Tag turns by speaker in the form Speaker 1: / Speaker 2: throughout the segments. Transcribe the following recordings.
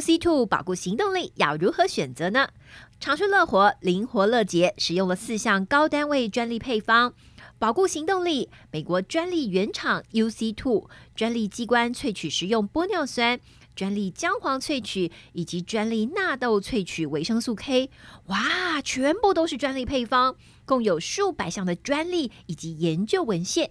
Speaker 1: C Two 保固行动力要如何选择呢？长春乐活灵活乐捷使用了四项高单位专利配方，保固行动力、美国专利原厂 U C Two 专利机关萃取食用玻尿酸。专利姜黄萃取以及专利纳豆萃取维生素 K，哇，全部都是专利配方，共有数百项的专利以及研究文献。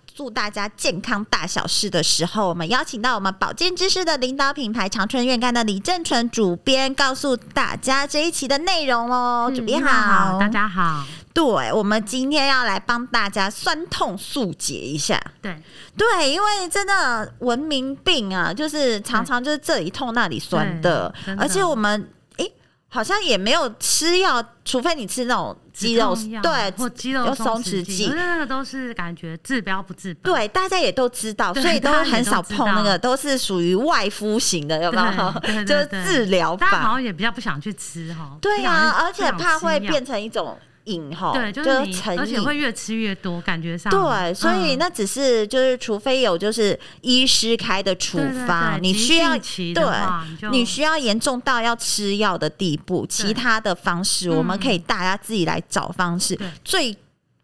Speaker 2: 诉大家健康大小事的时候，我们邀请到我们保健知识的领导品牌长春院刊的李正纯主编，告诉大家这一期的内容哦。主编好，
Speaker 3: 大家嗯好。
Speaker 2: 对，我们今天要来帮大家酸痛速解一下。
Speaker 3: 对
Speaker 2: 对，因为真的文明病啊，就是常常就是这里痛那里酸的
Speaker 3: 对真，的
Speaker 2: 而且我们诶好像也没有吃药，除非你吃那种肌肉
Speaker 3: 止痛药
Speaker 2: 对
Speaker 3: 或肌肉
Speaker 2: 有
Speaker 3: 松
Speaker 2: 松弛剂
Speaker 3: 剂，我觉得那个都是感觉治标不治本。
Speaker 2: 对，大家也都知道，
Speaker 3: 对
Speaker 2: 所以都
Speaker 3: 大家也
Speaker 2: 很
Speaker 3: 都
Speaker 2: 少
Speaker 3: 知
Speaker 2: 碰那
Speaker 3: 道
Speaker 2: 个，都是属于外敷型的，有没有？
Speaker 3: 对对
Speaker 2: 就是
Speaker 3: 对
Speaker 2: 治疗
Speaker 3: 大家好
Speaker 2: 法。
Speaker 3: 像也比较不想去吃哈。
Speaker 2: 对
Speaker 3: 呀、
Speaker 2: 啊，而
Speaker 3: 不
Speaker 2: 且
Speaker 3: 想
Speaker 2: 怕
Speaker 3: 吃
Speaker 2: 会
Speaker 3: 药
Speaker 2: 变。成一种瘾哈，
Speaker 3: 对，就
Speaker 2: 就是
Speaker 3: 你，
Speaker 2: 成
Speaker 3: 而且
Speaker 2: 瘾。
Speaker 3: 会越吃越多，感觉上。
Speaker 2: 对，所以
Speaker 3: 嗯
Speaker 2: 那只是就是，除非有就是医师开的处
Speaker 3: 对对
Speaker 2: 方，
Speaker 3: 对
Speaker 2: 你
Speaker 3: 急
Speaker 2: 需要
Speaker 3: 性期的话你
Speaker 2: 对，
Speaker 3: 就
Speaker 2: 你需要严重到要吃药的地步，其
Speaker 3: 对
Speaker 2: 他的方式我们
Speaker 3: 嗯
Speaker 2: 可以大家自己来找方式
Speaker 3: 对，
Speaker 2: 最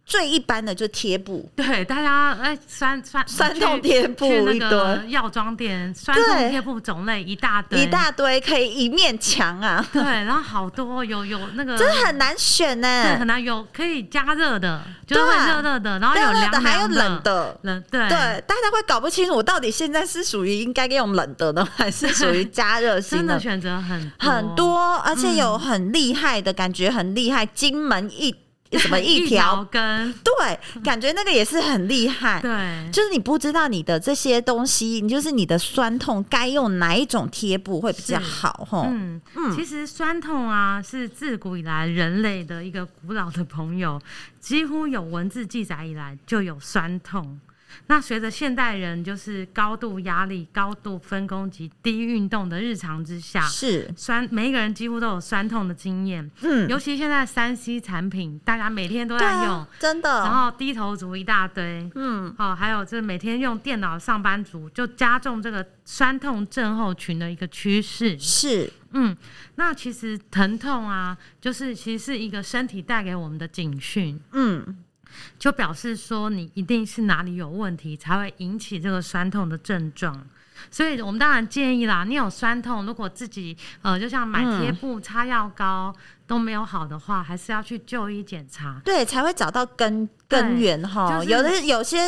Speaker 2: 最一般的就是贴布。
Speaker 3: 对大家哎，酸酸
Speaker 2: 酸
Speaker 3: 去
Speaker 2: 痛贴布
Speaker 3: 去
Speaker 2: 一
Speaker 3: 那个
Speaker 2: 堆
Speaker 3: 药妆店，酸
Speaker 2: 对
Speaker 3: 痛贴布种类一大堆，
Speaker 2: 一大堆可以一面墙啊，
Speaker 3: 对，然后好多有有那个
Speaker 2: 真的很难选呢、
Speaker 3: 对，很难有可以加热的，就是
Speaker 2: 嗯对
Speaker 3: 会热热的，然后有
Speaker 2: 热热
Speaker 3: 凉
Speaker 2: 的
Speaker 3: 凉
Speaker 2: 还有冷
Speaker 3: 的，
Speaker 2: 的，
Speaker 3: 冷对
Speaker 2: 对，大家会搞不清楚我到底现在是属于应该用冷的呢，还是属于加热型
Speaker 3: 真的哦
Speaker 2: 的。
Speaker 3: 选择很
Speaker 2: 很多，而且
Speaker 3: 嗯
Speaker 2: 有很厉害的、感觉，很厉害，金门一什 么一条，
Speaker 3: 根，
Speaker 2: 对，感觉那个也是很厉害。
Speaker 3: 对，
Speaker 2: 就是你不知道你的这些东西，你就是你的酸痛该用哪一种贴布会比较
Speaker 3: 是
Speaker 2: 好，吼。
Speaker 3: 嗯，其实酸痛啊是自古以来人类的一个古老的朋友，几乎有文字记载以来就有酸痛。那随着现代人就是高度压力、高度分工及低运动的日常之下，
Speaker 2: 是，
Speaker 3: 酸每一个人几乎都有酸痛的经验，
Speaker 2: 嗯，
Speaker 3: 尤其现在三 C 产品大家每天都
Speaker 2: 对
Speaker 3: 在啊用，
Speaker 2: 啊，真
Speaker 3: 然
Speaker 2: 的，
Speaker 3: 后低头族一大堆，
Speaker 2: 嗯，
Speaker 3: 哦，还有就是每天用电脑上班族，就加重这个酸痛症候群的一个趋势。
Speaker 2: 是，
Speaker 3: 嗯，那其实疼痛啊，就是其实是一个身体带给我们的警讯，
Speaker 2: 嗯，
Speaker 3: 就表示说你一定是哪里有问题，才会引起这个酸痛的症状。所以我们当然建议啦，你有酸痛，如果自己呃，就像买
Speaker 2: 嗯
Speaker 3: 贴布、擦药膏都没有好的话，还是要去就医检查。
Speaker 2: 对，才会找到根
Speaker 3: 对
Speaker 2: 根源哈。
Speaker 3: 就是
Speaker 2: 有的有些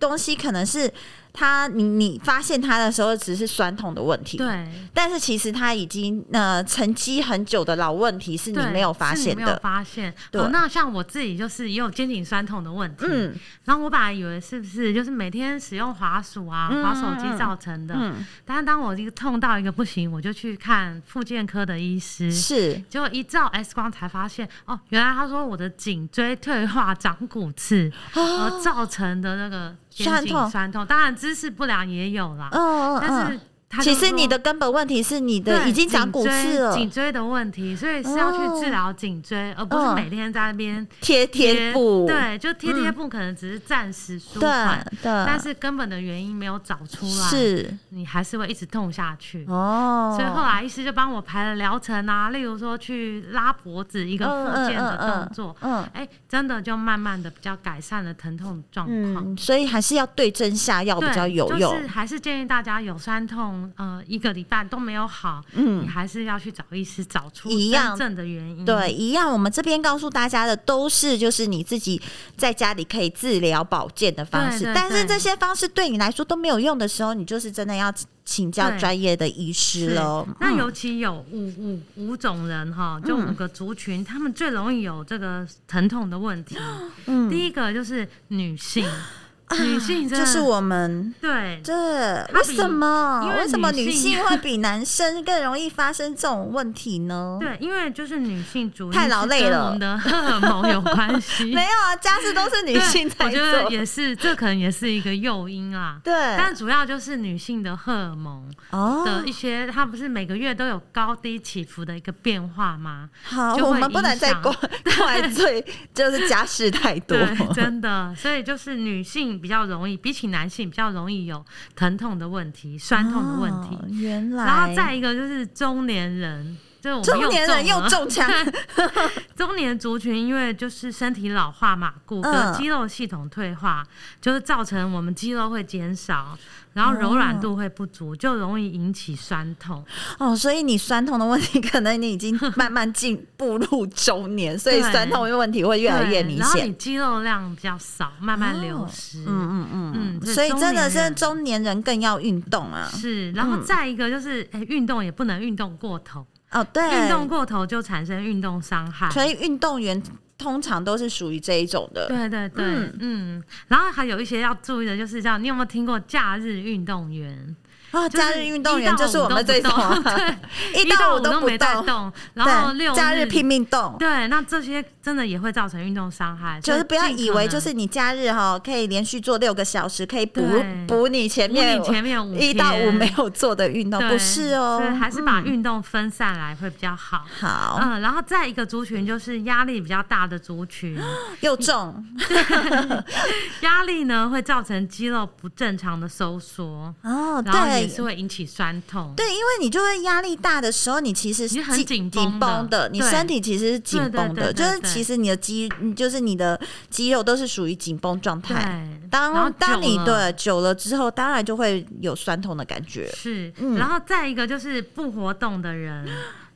Speaker 2: 东西可能是它，你你发现它的时候只是酸痛的问题，。
Speaker 3: 对，
Speaker 2: 但是其实它已经呃沉积很久的老问题，是你
Speaker 3: 对
Speaker 2: 没有发
Speaker 3: 是你
Speaker 2: 现
Speaker 3: 没有
Speaker 2: 的。
Speaker 3: 发现。
Speaker 2: 对
Speaker 3: 哦，那像我自己就是也有肩颈酸痛的问题，
Speaker 2: 嗯
Speaker 3: 然后我本来以为是不是就是每天使用滑鼠啊、
Speaker 2: 嗯
Speaker 3: 滑手机造成的，
Speaker 2: 嗯，
Speaker 3: 但是当我这个痛到一个不行，我就去看复健科的医师。
Speaker 2: 是
Speaker 3: 结果一照 X 光才发现，哦，原来他说我的颈椎退化、长骨刺 而
Speaker 2: 哦，
Speaker 3: 造成的那个肩
Speaker 2: 酸
Speaker 3: 颈
Speaker 2: 痛
Speaker 3: 酸痛，当然姿势不良也有啦，
Speaker 2: 嗯
Speaker 3: 但
Speaker 2: 嗯
Speaker 3: 是
Speaker 2: 嗯。
Speaker 3: 他就
Speaker 2: 其实
Speaker 3: 说
Speaker 2: 你的根本问题是你的
Speaker 3: 对
Speaker 2: 已经长骨刺了，
Speaker 3: 颈椎颈椎的问题，所以是要去治疗颈椎，而不
Speaker 2: 嗯
Speaker 3: 是每天在那边
Speaker 2: 贴贴布，
Speaker 3: 对，就贴贴布可能只是暂时舒
Speaker 2: 对
Speaker 3: 缓，
Speaker 2: 对，嗯
Speaker 3: 但是根本的原因没有找出来，
Speaker 2: 是
Speaker 3: 你还是会一直痛下去。
Speaker 2: 哦，
Speaker 3: 所以后来医师就帮我排了疗程啊，例如说去拉脖子一个复健的动作，
Speaker 2: 嗯，
Speaker 3: 哎、真的就慢慢的比较改善了疼痛状
Speaker 2: 嗯
Speaker 3: 况。
Speaker 2: 嗯，所以还是要对症下药比
Speaker 3: 对，
Speaker 2: 较有用
Speaker 3: 就。是还是建议大家有酸痛痛，呃，一个礼拜都没有好，你
Speaker 2: 嗯，
Speaker 3: 还是要去找医师找出
Speaker 2: 一样
Speaker 3: 真正的原因。
Speaker 2: 对，，一样。我们这边告诉大家的都是就是你自己在家里可以治疗保健的方式，
Speaker 3: 对对
Speaker 2: 但是
Speaker 3: 对
Speaker 2: 这些方式对你来说都没有用的时候，你就是真的要请教
Speaker 3: 对
Speaker 2: 专业的医师
Speaker 3: 是
Speaker 2: 喽。
Speaker 3: 那
Speaker 2: 嗯
Speaker 3: 尤其有五五五种人哈，就五个族群，他们最容易有这个疼痛的问题。
Speaker 2: 嗯啊
Speaker 3: 第一个就是女性，女性真
Speaker 2: 就
Speaker 3: 的
Speaker 2: 是我们
Speaker 3: 对
Speaker 2: 这
Speaker 3: 它
Speaker 2: 为
Speaker 3: 比
Speaker 2: 什么
Speaker 3: 因为
Speaker 2: 为什么
Speaker 3: 女
Speaker 2: 女
Speaker 3: 性
Speaker 2: 性会比男生更容易发生这种问题呢？
Speaker 3: 对，因为就是女性主义
Speaker 2: 哦太劳累了
Speaker 3: 是跟我们的 荷尔蒙有关系。
Speaker 2: 没有啊，家事都是女
Speaker 3: 对
Speaker 2: 性
Speaker 3: 我
Speaker 2: 在
Speaker 3: 觉得
Speaker 2: 做。
Speaker 3: 也是，这可能也是一个诱因啊。
Speaker 2: 对，
Speaker 3: 但主要就是女性的荷尔蒙
Speaker 2: 哦
Speaker 3: 的，一些，它不是每个月都有高低起伏的一个变化吗？
Speaker 2: 好，
Speaker 3: 就
Speaker 2: 我
Speaker 3: 会
Speaker 2: 们不
Speaker 3: 影
Speaker 2: 能再
Speaker 3: 响
Speaker 2: 怪怪罪，就是家事太多。
Speaker 3: 对，真的，所以就是女性比较容易，比起男性比较容易有疼痛的问题、酸痛的问题。
Speaker 2: 哦原来，
Speaker 3: 然后再一个就是中年人，就是我们
Speaker 2: 中年人又
Speaker 3: 了
Speaker 2: 中 枪，
Speaker 3: 中年族群，因为就是身体老化嘛，骨
Speaker 2: 嗯
Speaker 3: 骼肌肉系统退化，就是造成我们肌肉会减少，然后柔软度会不足，就容易引起酸痛。
Speaker 2: 哦，所以你酸痛的问题，可能你已经慢慢进步入中年，所以
Speaker 3: 对
Speaker 2: 酸痛的问题会越来越
Speaker 3: 对
Speaker 2: 明
Speaker 3: 然后你
Speaker 2: 显。
Speaker 3: 肌肉量比较少，慢慢流失。
Speaker 2: 嗯嗯嗯
Speaker 3: 嗯
Speaker 2: 所以
Speaker 3: 这
Speaker 2: 真的
Speaker 3: 中年
Speaker 2: 是
Speaker 3: 人
Speaker 2: 中年人更要运动啊。
Speaker 3: 是，然后
Speaker 2: 嗯
Speaker 3: 再一个就是，哎、运动也不能运动过头，
Speaker 2: 哦，对，
Speaker 3: 运动过头就产生运动伤害。
Speaker 2: 所以运动员通常都是属于这一种的。
Speaker 3: 对对对，
Speaker 2: 嗯
Speaker 3: 嗯然后还有一些要注意的，就是叫你有没有听过假日运动员？
Speaker 2: 啊，
Speaker 3: 就是
Speaker 2: 假日运动员就是我们这
Speaker 3: 一
Speaker 2: 种
Speaker 3: 到五都不 动
Speaker 2: 啊，一
Speaker 3: 到
Speaker 2: 五都不
Speaker 3: 没在动，然后六
Speaker 2: 对，假日拼命动。
Speaker 3: 对，那这些真的也会造成运动伤害，
Speaker 2: 就是
Speaker 3: 所
Speaker 2: 不要
Speaker 3: 尽
Speaker 2: 以
Speaker 3: 可
Speaker 2: 为
Speaker 3: 能
Speaker 2: 就是你假日哈可以连续做六个小时，可以补
Speaker 3: 对
Speaker 2: 补你前
Speaker 3: 因为
Speaker 2: 面
Speaker 3: 你前面五
Speaker 2: 一到五
Speaker 3: 天
Speaker 2: 没有做的运动，
Speaker 3: 对
Speaker 2: 不是哦
Speaker 3: 所以，还是把
Speaker 2: 嗯
Speaker 3: 运动分散来会比较好。
Speaker 2: 好
Speaker 3: 嗯，然后再一个族群就是压力比较大的族群，
Speaker 2: 又重
Speaker 3: 压力呢会造成肌肉不正常的收缩，
Speaker 2: 哦，
Speaker 3: 然后也
Speaker 2: 对
Speaker 3: 是会引起酸痛。
Speaker 2: 对，因为你就会压力大的时候，你其实是
Speaker 3: 你很紧绷的
Speaker 2: 紧绷的，你
Speaker 3: 对
Speaker 2: 身体其实是紧绷的，
Speaker 3: 对对对对
Speaker 2: 就是
Speaker 3: 对
Speaker 2: 其实你的肌，嗯就是你的肌肉都是属于紧绷状
Speaker 3: 对
Speaker 2: 态。，
Speaker 3: 然后
Speaker 2: 当当
Speaker 3: 久
Speaker 2: 你
Speaker 3: 了
Speaker 2: 对久了之后，当然就会有酸痛的感觉，
Speaker 3: 是
Speaker 2: 嗯，
Speaker 3: 然后再一个就是不活动的人，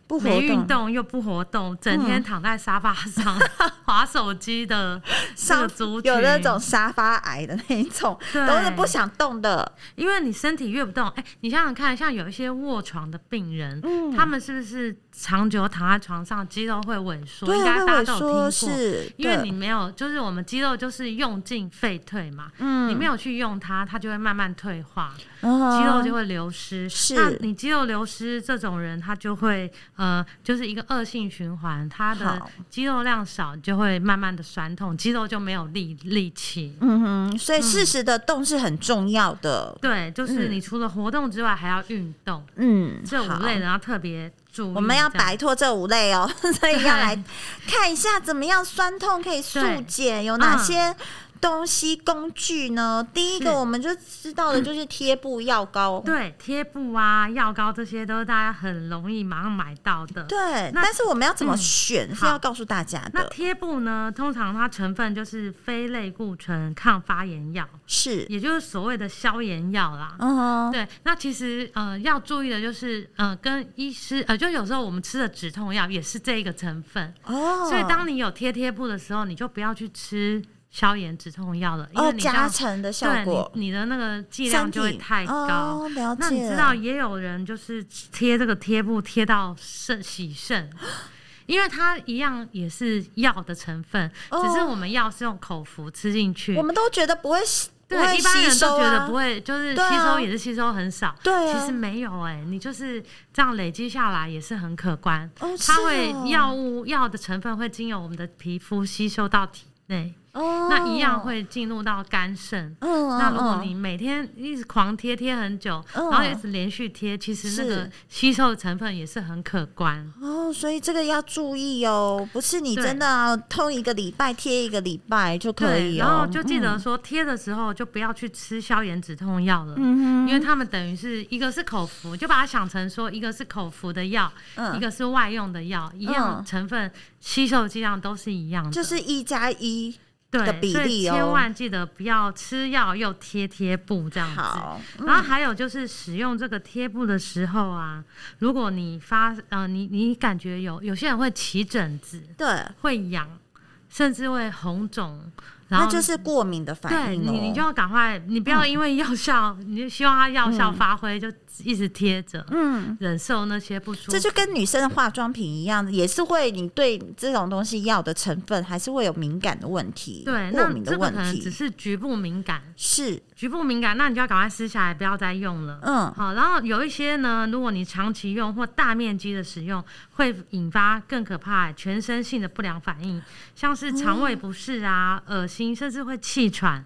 Speaker 2: 不活
Speaker 3: 没运
Speaker 2: 动，嗯
Speaker 3: 动又不活动，整天躺在沙发上 划手机 的这
Speaker 2: 上
Speaker 3: 个族群，
Speaker 2: 有那种沙发癌的那一种，
Speaker 3: 对
Speaker 2: 都是不想动的。
Speaker 3: 因为你身体越不动，哎、你想想看，像有一些卧床的病人，
Speaker 2: 嗯
Speaker 3: 他们是不是长久躺在床上，肌肉会萎缩？
Speaker 2: 对，啊
Speaker 3: 应该大
Speaker 2: 会
Speaker 3: 家都
Speaker 2: 说
Speaker 3: 有听过。
Speaker 2: 是，
Speaker 3: 因为
Speaker 2: 对
Speaker 3: 你没有，就是我们肌肉就是用进废退嘛，
Speaker 2: 嗯
Speaker 3: 你没有去用它，它就会慢慢退化，
Speaker 2: 肌
Speaker 3: 肌肉就会流失。
Speaker 2: 啊是
Speaker 3: 那你肌肉流失这种人，他就会呃，就是一个恶性循环，他的
Speaker 2: 好
Speaker 3: 肌肉量少，就会慢慢的酸痛，肌肉就没有力力气。
Speaker 2: 嗯哼，所以适时的动是很重要的。
Speaker 3: 对，就是
Speaker 2: 嗯
Speaker 3: 你除了活动之外，还要运动，
Speaker 2: 嗯，
Speaker 3: 这五
Speaker 2: 好
Speaker 3: 类人要特别注意。
Speaker 2: 我们要
Speaker 3: 这样
Speaker 2: 摆脱这五类哦， 所以
Speaker 3: 对
Speaker 2: 要来看一下怎么样酸痛可以速解，有哪些东西工具呢？第一个
Speaker 3: 嗯是
Speaker 2: 我们就知道的就是贴布药膏，
Speaker 3: 对贴布啊、药膏这些都是大家很容易马上买到的。
Speaker 2: 对，
Speaker 3: 那嗯
Speaker 2: 但是我们要怎么选是要
Speaker 3: 好
Speaker 2: 告诉大家
Speaker 3: 那
Speaker 2: 的，
Speaker 3: 贴布呢，通常它成分就是非类固醇抗发炎药，
Speaker 2: 是，
Speaker 3: 也就是所谓的消炎药啦。
Speaker 2: 嗯哼，
Speaker 3: 对，那其实呃要注意的就是，呃，跟医师呃，就有时候我们吃的止痛药也是这一个成分，
Speaker 2: 哦，
Speaker 3: 所以当你有贴贴布的时候，你就不要去吃消炎止痛药了，因
Speaker 2: 哦
Speaker 3: 为你这
Speaker 2: 加
Speaker 3: 样
Speaker 2: 成的效
Speaker 3: 对
Speaker 2: 果，
Speaker 3: 你你的那个剂量
Speaker 2: 身
Speaker 3: 就会
Speaker 2: 体
Speaker 3: 太高。
Speaker 2: 哦，了解，
Speaker 3: 那你知道也有人就是贴这个贴布贴到肾洗 肾，因为它一样也是药的成分，
Speaker 2: 哦
Speaker 3: 只是我们药是用口服吃进去
Speaker 2: 我。们都觉得不会吸，不
Speaker 3: 对，
Speaker 2: 会
Speaker 3: 一般
Speaker 2: 吸
Speaker 3: 人
Speaker 2: 收
Speaker 3: 都觉得
Speaker 2: 啊
Speaker 3: 不，会，就是
Speaker 2: 对
Speaker 3: 吸
Speaker 2: 啊
Speaker 3: 收也是吸收很少。
Speaker 2: 对啊
Speaker 3: 其实没有哎、你就是这样累积下来也是很可观。
Speaker 2: 哦
Speaker 3: 它
Speaker 2: 是
Speaker 3: 会
Speaker 2: 哦
Speaker 3: 药物药的成分会经由我们的皮肤吸收到体内，
Speaker 2: 哦，
Speaker 3: 那一样会进入到肝肾。
Speaker 2: 嗯，嗯，
Speaker 3: 那如果
Speaker 2: 嗯
Speaker 3: 你每天一直狂贴贴很久，
Speaker 2: 嗯
Speaker 3: 然后一直连续贴，其实那
Speaker 2: 是
Speaker 3: 个吸收的成分也是很可观。
Speaker 2: 哦，所以这个要注意哦，不是你
Speaker 3: 对
Speaker 2: 真的啊痛一个礼拜贴一个礼拜就可
Speaker 3: 对，
Speaker 2: 以
Speaker 3: 然后
Speaker 2: 哦。
Speaker 3: 就记得说贴的时候就不要去吃消炎止痛药了，
Speaker 2: 嗯
Speaker 3: 因为他们等于是一个是口服，就把它想成说一个是口服的药，
Speaker 2: 嗯
Speaker 3: 一个是外用的药，一样
Speaker 2: 嗯
Speaker 3: 成分、吸收剂量都是一样的，
Speaker 2: 就是一加一，
Speaker 3: 对
Speaker 2: 的比
Speaker 3: 所以
Speaker 2: 例哦
Speaker 3: 千万记得不要吃药又贴贴布这样子。
Speaker 2: 好，嗯
Speaker 3: 然后还有就是使用这个贴布的时候啊，如果你发呃你你感觉有有些人会起疹子，
Speaker 2: 对，
Speaker 3: 会痒，甚至会红肿，然后
Speaker 2: 那就是过敏的反
Speaker 3: 对
Speaker 2: 应、哦。嗯
Speaker 3: 你，你就要赶快，你不要因为药效，你就希望它药效发挥，就一直贴着，
Speaker 2: 嗯，
Speaker 3: 忍受那些不舒服。
Speaker 2: 这就跟女生的化妆品一样，也是会你对这种东西药的成分还是会有敏感的问题，
Speaker 3: 对，
Speaker 2: 过
Speaker 3: 那
Speaker 2: 敏的
Speaker 3: 这个
Speaker 2: 问
Speaker 3: 可能只
Speaker 2: 题
Speaker 3: 是局部敏感，
Speaker 2: 是，
Speaker 3: 局部敏感，那你就要赶快撕下来，不要再用了。
Speaker 2: 嗯，
Speaker 3: 好，然后有一些呢，如果你长期用或大面积的使用，会引发更可怕的全身性的不良反应，像是肠
Speaker 2: 哦
Speaker 3: 胃不适啊、恶、心，甚至会 气喘，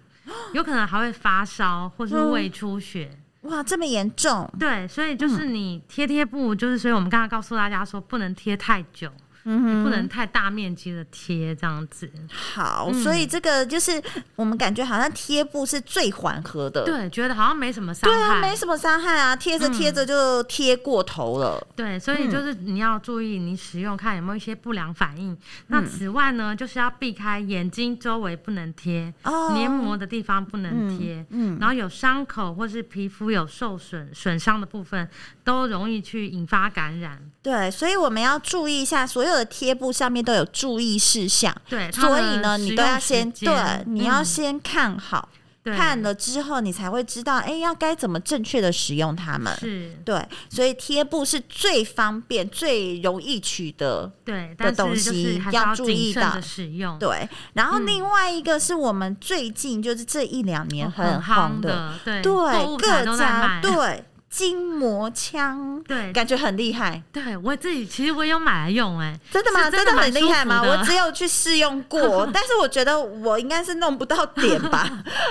Speaker 3: 有可能还会发烧或是胃出血。
Speaker 2: 哇，这么严重，
Speaker 3: 对，所以就是
Speaker 2: 嗯
Speaker 3: 你贴贴布，就是所以我们刚刚告诉大家说，不能贴太久，
Speaker 2: 嗯
Speaker 3: 不能太大面积的贴这样子。
Speaker 2: 好，
Speaker 3: 嗯
Speaker 2: 所以这个就是我们感觉好像贴布是最缓和的，
Speaker 3: 对，觉得好像没什么伤
Speaker 2: 对啊，
Speaker 3: 害。嗯
Speaker 2: 没什么伤害啊，贴着贴着就贴过头了。
Speaker 3: 对，所
Speaker 2: 嗯
Speaker 3: 以就是你要注意你使用，看有没有一些不良反应。
Speaker 2: 嗯
Speaker 3: 那此外呢，就是要避开眼睛周围不能贴，
Speaker 2: 哦，
Speaker 3: 黏膜的地方不能贴，
Speaker 2: 嗯
Speaker 3: 然后有伤口或是皮肤有受损损伤的部分，都容易去引发感染。
Speaker 2: 对，所以我们要注意一下，所有的贴布上面都有注意事项。
Speaker 3: 对，它
Speaker 2: 所以呢，
Speaker 3: 的使
Speaker 2: 你都
Speaker 3: 用
Speaker 2: 要
Speaker 3: 时
Speaker 2: 先
Speaker 3: 间
Speaker 2: 对，你要
Speaker 3: 嗯
Speaker 2: 先看好，
Speaker 3: 对
Speaker 2: 看了之后你才会知道，哎，要该怎么正确的使用它们。
Speaker 3: 是
Speaker 2: 对，所以贴布是最方便、最容易取得。
Speaker 3: 对，但
Speaker 2: 东
Speaker 3: 是就
Speaker 2: 西
Speaker 3: 是还是
Speaker 2: 要
Speaker 3: 要
Speaker 2: 注
Speaker 3: 谨
Speaker 2: 意
Speaker 3: 慎
Speaker 2: 到
Speaker 3: 的使用，
Speaker 2: 对，然后
Speaker 3: 嗯
Speaker 2: 另外一个是我们最近就是这一两年
Speaker 3: 哦夯
Speaker 2: 红
Speaker 3: 的，对购
Speaker 2: 对
Speaker 3: 物台
Speaker 2: 各
Speaker 3: 都在
Speaker 2: 家
Speaker 3: 卖，
Speaker 2: 对筋膜枪，
Speaker 3: 对
Speaker 2: 感觉很厉害。
Speaker 3: 对，我自己其实我有买来用，哎，
Speaker 2: 真的吗？
Speaker 3: 是
Speaker 2: 真
Speaker 3: 真的
Speaker 2: 的
Speaker 3: 蛮
Speaker 2: 很厉害吗？
Speaker 3: 舒服的
Speaker 2: 我只有去试用 过，但是我觉得我应该是弄不到点吧，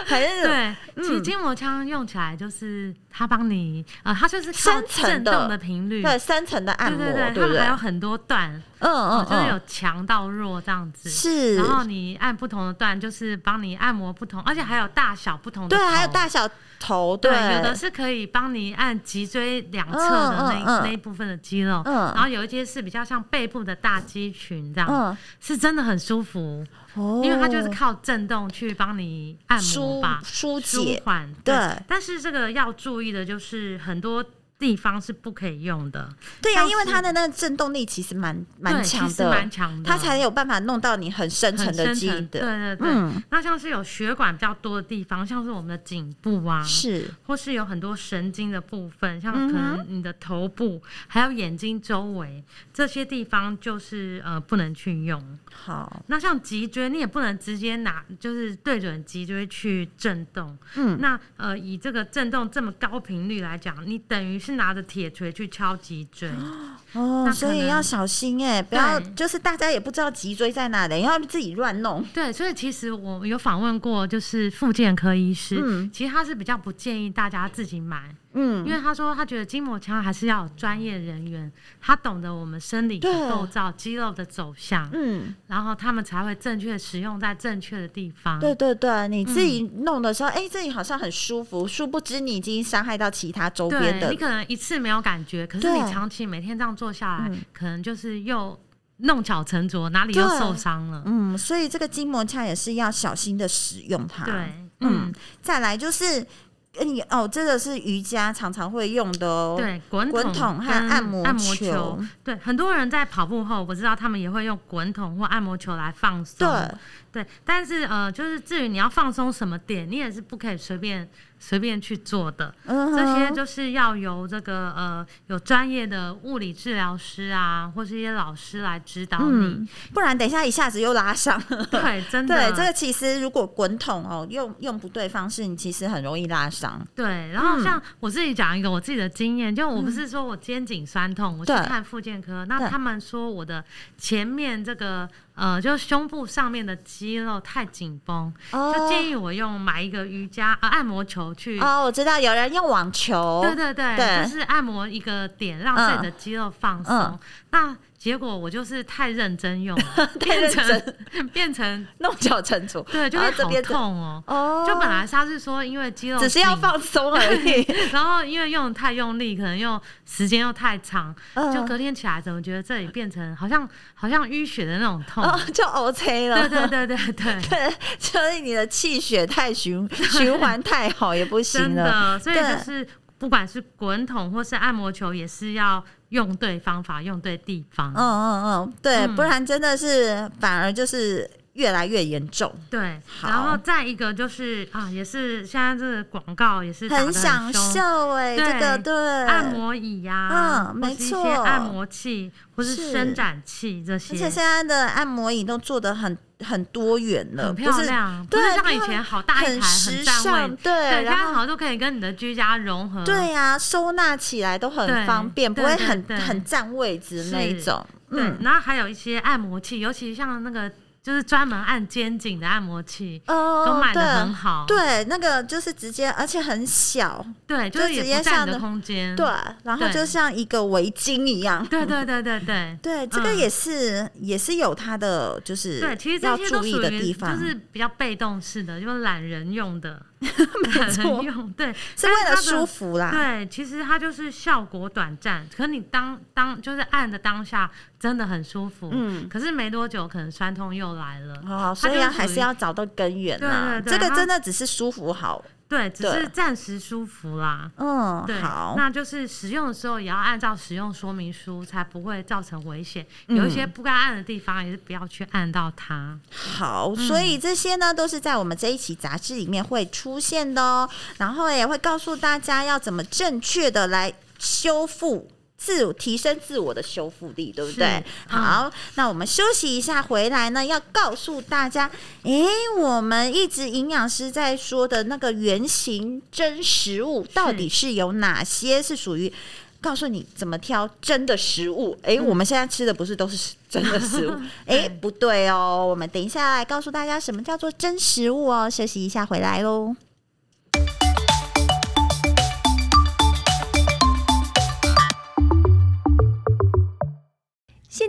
Speaker 2: 还是
Speaker 3: 对，其
Speaker 2: 嗯
Speaker 3: 实筋膜枪用起来就是它帮你，呃，它就是靠
Speaker 2: 深层
Speaker 3: 震
Speaker 2: 的
Speaker 3: 动的频率，
Speaker 2: 对三层的按摩，
Speaker 3: 对对，
Speaker 2: 对
Speaker 3: 它
Speaker 2: 不
Speaker 3: 们
Speaker 2: 对
Speaker 3: 还？有很多段，
Speaker 2: 嗯嗯
Speaker 3: 就是有
Speaker 2: 嗯，
Speaker 3: 强到弱这样子。
Speaker 2: 是
Speaker 3: 然后你按不同的段，就是帮你按摩不同，而且还有大小不同的
Speaker 2: 对，啊
Speaker 3: 头。
Speaker 2: 还有大小头，
Speaker 3: 对，有的是可以帮你按脊椎两侧的那、
Speaker 2: 嗯嗯嗯
Speaker 3: 那一部分的肌肉，
Speaker 2: 嗯
Speaker 3: 然后有一些是比较像背部的大肌群这样，
Speaker 2: 嗯
Speaker 3: 是真的很舒服，
Speaker 2: 哦
Speaker 3: 因为它就是靠震动去帮你按摩
Speaker 2: 舒
Speaker 3: 吧，
Speaker 2: 疏
Speaker 3: 舒
Speaker 2: 解，
Speaker 3: 缓。
Speaker 2: 对
Speaker 3: 但是这个要注意的就是很多地方是不可以用的，
Speaker 2: 对呀、
Speaker 3: 像
Speaker 2: 因为
Speaker 3: 是
Speaker 2: 它的那个震动力其实蛮蛮
Speaker 3: 对
Speaker 2: 强
Speaker 3: 其实
Speaker 2: 的
Speaker 3: 蛮，强的，
Speaker 2: 它才有办法弄到你很深层
Speaker 3: 很
Speaker 2: 的
Speaker 3: 深
Speaker 2: 肌
Speaker 3: 层。对
Speaker 2: 的，
Speaker 3: 对对。
Speaker 2: 嗯，
Speaker 3: 那像是有血管比较多的地方，像是我们的颈部啊，
Speaker 2: 是
Speaker 3: 或是有很多神经的部分，像
Speaker 2: 嗯哼
Speaker 3: 可能你的头部，还有眼睛周围这些地方，就是呃不能去用。
Speaker 2: 好，
Speaker 3: 那像脊椎，你也不能直接拿，就是对准脊椎去震动。
Speaker 2: 嗯，
Speaker 3: 那呃，以这个震动这么高频率来讲，你等于是拿着铁锤去敲脊椎。
Speaker 2: 哦
Speaker 3: 那，
Speaker 2: 所
Speaker 3: 可
Speaker 2: 以
Speaker 3: 能
Speaker 2: 要小心哎、不要
Speaker 3: 对
Speaker 2: 就是大家也不知道脊椎在哪里，要自己乱弄，
Speaker 3: 对，所以其实我有访问过，就是复健科医师，
Speaker 2: 嗯
Speaker 3: 其实他是比较不建议大家自己买，
Speaker 2: 嗯，
Speaker 3: 因为他说他觉得筋膜枪还是要有专业人员，他懂得我们生理的
Speaker 2: 对
Speaker 3: 构造、肌肉的走向，
Speaker 2: 嗯，
Speaker 3: 然后他们才会正确使用在正确的地方。
Speaker 2: 对对对，你自己弄的时候，
Speaker 3: 嗯
Speaker 2: 哎、这里好像很舒服，殊不知你已经伤害到其他周边
Speaker 3: 对，
Speaker 2: 的
Speaker 3: 你可能一次没有感觉，可是
Speaker 2: 对
Speaker 3: 你长期每天这样做下来，
Speaker 2: 嗯
Speaker 3: 可能就是又弄巧成拙，哪里又
Speaker 2: 对
Speaker 3: 受伤了。
Speaker 2: 嗯，所以这个筋膜枪也是要小心的使用它。
Speaker 3: 对，
Speaker 2: 嗯
Speaker 3: 嗯，，
Speaker 2: 再来就是呃你哦，这个是瑜伽常常会用的哦。，
Speaker 3: 对，滚
Speaker 2: 滚筒
Speaker 3: 筒
Speaker 2: 和
Speaker 3: 跟
Speaker 2: 按摩
Speaker 3: 按摩
Speaker 2: 球
Speaker 3: 球，对，很多人在跑步后，我知道他们也会用滚筒或按摩球来放松。
Speaker 2: 对
Speaker 3: 对，但是呃，就是至于你要放松什么点，你也是不可以随便随便去做的。
Speaker 2: 嗯
Speaker 3: 这些
Speaker 2: 哼
Speaker 3: 就是要由这个呃有专业的物理治疗师啊，或是一些老师来指导你。
Speaker 2: 嗯，不然等一下一下子又拉伤。
Speaker 3: 对，真的，啊
Speaker 2: 对，这个其实如果滚筒哦用用不对方式，你其实很容易拉伤。
Speaker 3: 对，然
Speaker 2: 嗯
Speaker 3: 后像我自己讲一个我自己的经验，就我不是说我肩颈酸痛，我去
Speaker 2: 对
Speaker 3: 看复健科，那
Speaker 2: 对
Speaker 3: 他们说我的前面这个呃，就是胸部上面的肌肉太紧绷，
Speaker 2: 哦
Speaker 3: 就建议我用买一个瑜伽呃按摩球去。
Speaker 2: 哦，我知道有人用网球。
Speaker 3: 对对对，
Speaker 2: 对
Speaker 3: 就是按摩一个点，让自己的肌肉放松。
Speaker 2: 嗯
Speaker 3: 那结果我就是太认真用了，
Speaker 2: 太认
Speaker 3: 变成变成
Speaker 2: 弄巧成拙。
Speaker 3: 对，就
Speaker 2: 然
Speaker 3: 是
Speaker 2: 后这
Speaker 3: 好
Speaker 2: 边
Speaker 3: 痛哦、
Speaker 2: 哦，
Speaker 3: 就本来他是说因为肌肉
Speaker 2: 只是要
Speaker 3: 紧
Speaker 2: 放松而 已，
Speaker 3: 然后因为用得太用力，可能又时间又太长，
Speaker 2: 嗯
Speaker 3: 就隔天起来怎么觉得这里变成好像好像淤血的那种痛？
Speaker 2: 哦，就 OK 了。
Speaker 3: 对对对 对对，
Speaker 2: 对，所以你的气血太循循环太好也不行
Speaker 3: 真
Speaker 2: 了。
Speaker 3: 的，所以
Speaker 2: 对
Speaker 3: 就是不管是滚筒或是按摩球，也是要用对方法，用对地方。
Speaker 2: 嗯嗯嗯，对，
Speaker 3: 嗯
Speaker 2: 不然真的是反而就是越来越严重。
Speaker 3: 对，
Speaker 2: 好
Speaker 3: 然后再一个就是啊，也是现在这个广告也是打得
Speaker 2: 很享
Speaker 3: 凶
Speaker 2: 受哎、
Speaker 3: 对
Speaker 2: 这个对
Speaker 3: 按，摩椅呀、
Speaker 2: 嗯
Speaker 3: 或
Speaker 2: 没
Speaker 3: 是一些
Speaker 2: 错
Speaker 3: 按摩器或是
Speaker 2: 是
Speaker 3: 伸展器这
Speaker 2: 而
Speaker 3: 些，
Speaker 2: 且现在的按摩椅都做的很很多元了，
Speaker 3: 很
Speaker 2: 不
Speaker 3: 漂
Speaker 2: 是
Speaker 3: 亮，不
Speaker 2: 对
Speaker 3: 是像
Speaker 2: 漂
Speaker 3: 以
Speaker 2: 亮
Speaker 3: 前好大一台，
Speaker 2: 时
Speaker 3: 很占
Speaker 2: 尚
Speaker 3: 位。
Speaker 2: 对，
Speaker 3: 对，嗯现在
Speaker 2: 然
Speaker 3: 好
Speaker 2: 后。
Speaker 3: 像都可以跟你的居家融合。
Speaker 2: 对呀、收纳起来都很
Speaker 3: 对
Speaker 2: 方便，不
Speaker 3: 对
Speaker 2: 会
Speaker 3: 对
Speaker 2: 很
Speaker 3: 对
Speaker 2: 很占位置那一
Speaker 3: 是
Speaker 2: 种。
Speaker 3: 对
Speaker 2: 嗯，
Speaker 3: 然后还有一些按摩器，尤其像那个就是专门按肩颈的按摩器，都
Speaker 2: 哦
Speaker 3: 买，的很
Speaker 2: 对
Speaker 3: 好。
Speaker 2: 对，那个就是直接，而且很小，
Speaker 3: 对，就
Speaker 2: 就是
Speaker 3: 也
Speaker 2: 直接
Speaker 3: 不占
Speaker 2: 像
Speaker 3: 你的
Speaker 2: 的
Speaker 3: 空间。
Speaker 2: 对，然后就
Speaker 3: 嗯对
Speaker 2: 像一个围巾一样。
Speaker 3: 对对对对对
Speaker 2: 对，这个
Speaker 3: 嗯
Speaker 2: 也是、也是有它的，就是
Speaker 3: 对，其实
Speaker 2: 要
Speaker 3: 这些都
Speaker 2: 注意
Speaker 3: 属
Speaker 2: 的
Speaker 3: 于
Speaker 2: 地方，
Speaker 3: 就是比较被动式的，就是懒人 用的，懒人
Speaker 2: 错
Speaker 3: 用对，
Speaker 2: 是为了
Speaker 3: 但它的
Speaker 2: 舒服啊啦。
Speaker 3: 对，其实它就是效果短暂，可你当当就是按的当下真的很舒服，
Speaker 2: 嗯
Speaker 3: 可是没多久可能酸痛又来了，
Speaker 2: 哦，
Speaker 3: 它
Speaker 2: 所以
Speaker 3: 就是
Speaker 2: 啊还
Speaker 3: 属于
Speaker 2: 是要找到根源啦。
Speaker 3: 对对对
Speaker 2: 这
Speaker 3: 它
Speaker 2: 个真的只是舒服好，
Speaker 3: 对，只
Speaker 2: 对
Speaker 3: 是暂时舒服啦。
Speaker 2: 嗯
Speaker 3: 对，，
Speaker 2: 好，
Speaker 3: 那就是使用的时候也要按照使用说明书，才不会造成危险。
Speaker 2: 嗯
Speaker 3: 有一些不该按的地方，也是不要去按到它。
Speaker 2: 好，
Speaker 3: 嗯
Speaker 2: 所以这些呢都是在我们这一期杂志里面会出现的哦，然后也会告诉大家要怎么正确的来修复。自提升自我的修复力，对不对？
Speaker 3: 是嗯
Speaker 2: 好，那我们休息一下，回来呢要告诉大家，诶，我们一直营养师在说的那个原型真食物到底是有哪些是属于告诉你怎么挑真的食物。诶，我们现在吃的不是都是真的食物，诶，不对哦。我们等一下来告诉大家什么叫做真食物哦。休息一下，回来喽。
Speaker 1: 现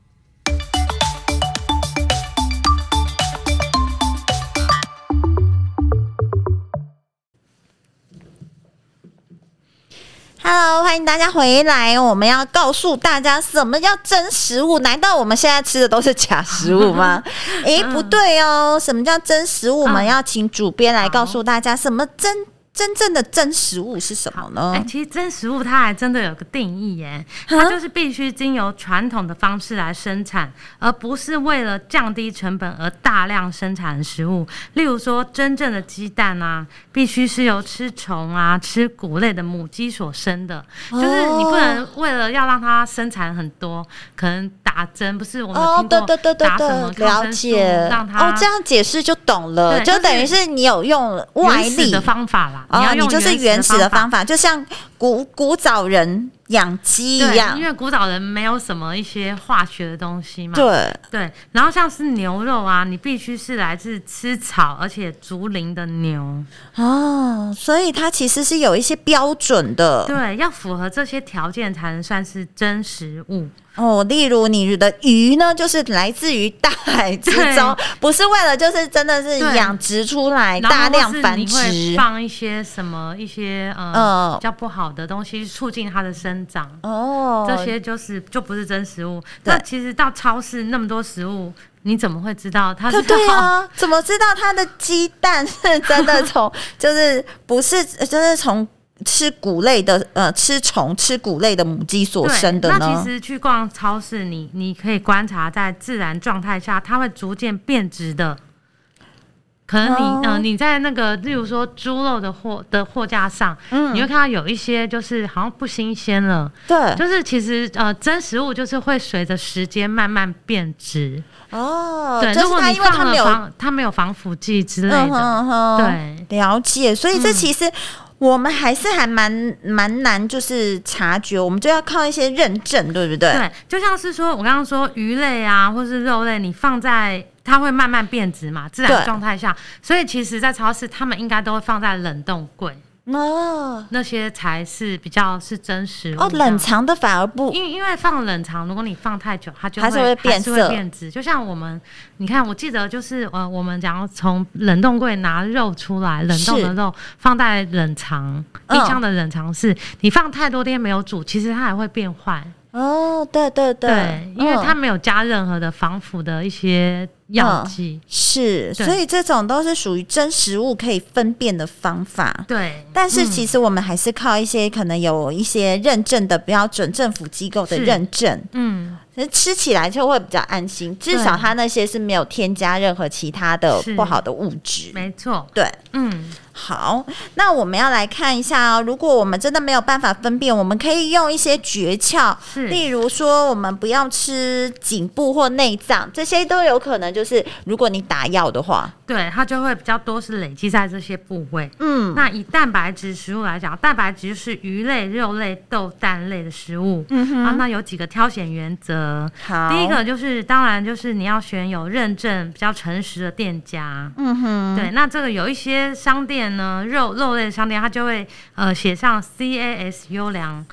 Speaker 2: Hello，欢迎大家回来。我们要告诉大家什么叫真食物？难道我们现在吃的都是假食物吗？诶，不对哦。什么叫真食物？我们要请主编来告诉大家，什么真真正的真食物是什么
Speaker 3: 哎、
Speaker 2: 呢？
Speaker 3: 其实真食物它还真的有个定义耶，
Speaker 2: 嗯
Speaker 3: 它就是必须经由传统的方式来生产，而不是为了降低成本而大量生产食物。例如说，真正的鸡蛋啊，必须是由吃虫啊、吃谷类的母鸡所生的，
Speaker 2: 哦
Speaker 3: 就是你不能为了要让它生产很多，可能打针不是我们有
Speaker 2: 哦
Speaker 3: 听，过
Speaker 2: 对对对对
Speaker 3: 打什么
Speaker 2: 对，
Speaker 3: 抗
Speaker 2: 了
Speaker 3: 生素
Speaker 2: 解。
Speaker 3: 让它
Speaker 2: 哦，这样解释就懂了，
Speaker 3: 对
Speaker 2: 就
Speaker 3: 就是
Speaker 2: 等于是你有用外
Speaker 3: 原始
Speaker 2: 力
Speaker 3: 的方法啦，你
Speaker 2: 哦
Speaker 3: 要，
Speaker 2: 你
Speaker 3: 用
Speaker 2: 就是原始的
Speaker 3: 方法
Speaker 2: 方法，就像古古早人养鸡一
Speaker 3: 对，
Speaker 2: 样
Speaker 3: 因。为古早人没有什么一些化学的东西嘛。
Speaker 2: 对，
Speaker 3: 对然后像是牛肉啊，你必须是来自吃草而且竹林的牛，
Speaker 2: 哦，所以它其实是有一些标准的
Speaker 3: 对，要符合这些条件才能算是真食物。
Speaker 2: 哦，例如你的鱼呢，就是来自于大海之中，不是为了就是真的是
Speaker 3: 对
Speaker 2: 养殖出来
Speaker 3: 然后
Speaker 2: 大量
Speaker 3: 或是
Speaker 2: 繁
Speaker 3: 你会
Speaker 2: 殖。
Speaker 3: 放一些什么一些呃、
Speaker 2: 嗯
Speaker 3: 比较不好的东西促进它的生长。
Speaker 2: 哦，
Speaker 3: 这些就是就不是真食物。
Speaker 2: 对
Speaker 3: 那其实到超市那么多食物，你怎么会知道它
Speaker 2: 对
Speaker 3: 是
Speaker 2: 对
Speaker 3: 好
Speaker 2: 啊，怎么知道它的鸡蛋是真的从就是不是就是从吃谷类的，呃，吃虫、吃谷类的母鸡所生的
Speaker 3: 那
Speaker 2: 呢
Speaker 3: 其？实去逛超市你，你可以观察，在自然状态下，它会逐渐变质的。可能你
Speaker 2: 哦
Speaker 3: 嗯、呃你在那个，例如说猪肉的货的货架上，
Speaker 2: 嗯
Speaker 3: 你会看到有一些就是好像不新鲜了，
Speaker 2: 对，
Speaker 3: 就是其实呃，真食物就是会随着时间慢慢变质。
Speaker 2: 哦，
Speaker 3: 对，
Speaker 2: 就
Speaker 3: 如
Speaker 2: 是
Speaker 3: 果
Speaker 2: 它
Speaker 3: 你
Speaker 2: 因为它
Speaker 3: 放
Speaker 2: 没
Speaker 3: 了
Speaker 2: 有
Speaker 3: 防它没有防腐剂之类
Speaker 2: 嗯
Speaker 3: 的，
Speaker 2: 哼哼，
Speaker 3: 对，
Speaker 2: 了解，所以这
Speaker 3: 嗯
Speaker 2: 其实我们还是还蛮蛮难，就是察觉，我们就要靠一些认证，对不对？
Speaker 3: 对，就像是说我刚刚说鱼类啊，或是肉类，你放在它会慢慢变质嘛，自然
Speaker 2: 对
Speaker 3: 状态下，所以其实，在超市他们应该都会放在冷冻柜，
Speaker 2: 哦
Speaker 3: 那些才是比较是真实
Speaker 2: 哦，冷。藏的反而不
Speaker 3: 因为因为放冷藏，如果你放太久，它就
Speaker 2: 还是会变
Speaker 3: 还是
Speaker 2: 色
Speaker 3: 会变质。就像我们，你看，我记得就是呃，我们讲要从冷冻柜拿肉出来，冷冻的
Speaker 2: 是
Speaker 3: 肉放在冷藏
Speaker 2: 嗯
Speaker 3: 冰箱的冷藏室，你放太多天没有煮，其实它还会变坏。
Speaker 2: 哦，对对对，
Speaker 3: 对，因为
Speaker 2: 嗯
Speaker 3: 它没有加任何的防腐的一些药剂。
Speaker 2: 嗯是，
Speaker 3: 对
Speaker 2: 所以这种都是属于真实物可以分辨的方法。
Speaker 3: 对，嗯
Speaker 2: 但是其实我们还是靠一些可能有一些认证的标准，政府机构的
Speaker 3: 是
Speaker 2: 认证，
Speaker 3: 嗯，
Speaker 2: 可是吃起来就会比较安心，至少
Speaker 3: 对
Speaker 2: 它那些是没有添加任何其他的
Speaker 3: 是
Speaker 2: 不好的物质。
Speaker 3: 没错，
Speaker 2: 对，
Speaker 3: 嗯，
Speaker 2: 好，那我们要来看一下哦。如果我们真的没有办法分辨，我们可以用一些诀窍，
Speaker 3: 是
Speaker 2: 例如说，我们不要吃颈部或内脏，这些都有可能就是，如果你打药的话，
Speaker 3: 对，它就会比较多是累积在这些部位。
Speaker 2: 嗯
Speaker 3: 那以蛋白质食物来讲，蛋白质是鱼类、肉类、豆蛋类的食物。
Speaker 2: 嗯哼
Speaker 3: 啊，那有几个挑选原则。
Speaker 2: 好，
Speaker 3: 第一，个就是，当然就是你要选有认证、比较诚实的店家。
Speaker 2: 嗯哼，
Speaker 3: 对，那这个有一些商店呢，肉肉类的商店，它就会呃写上 CAS 优良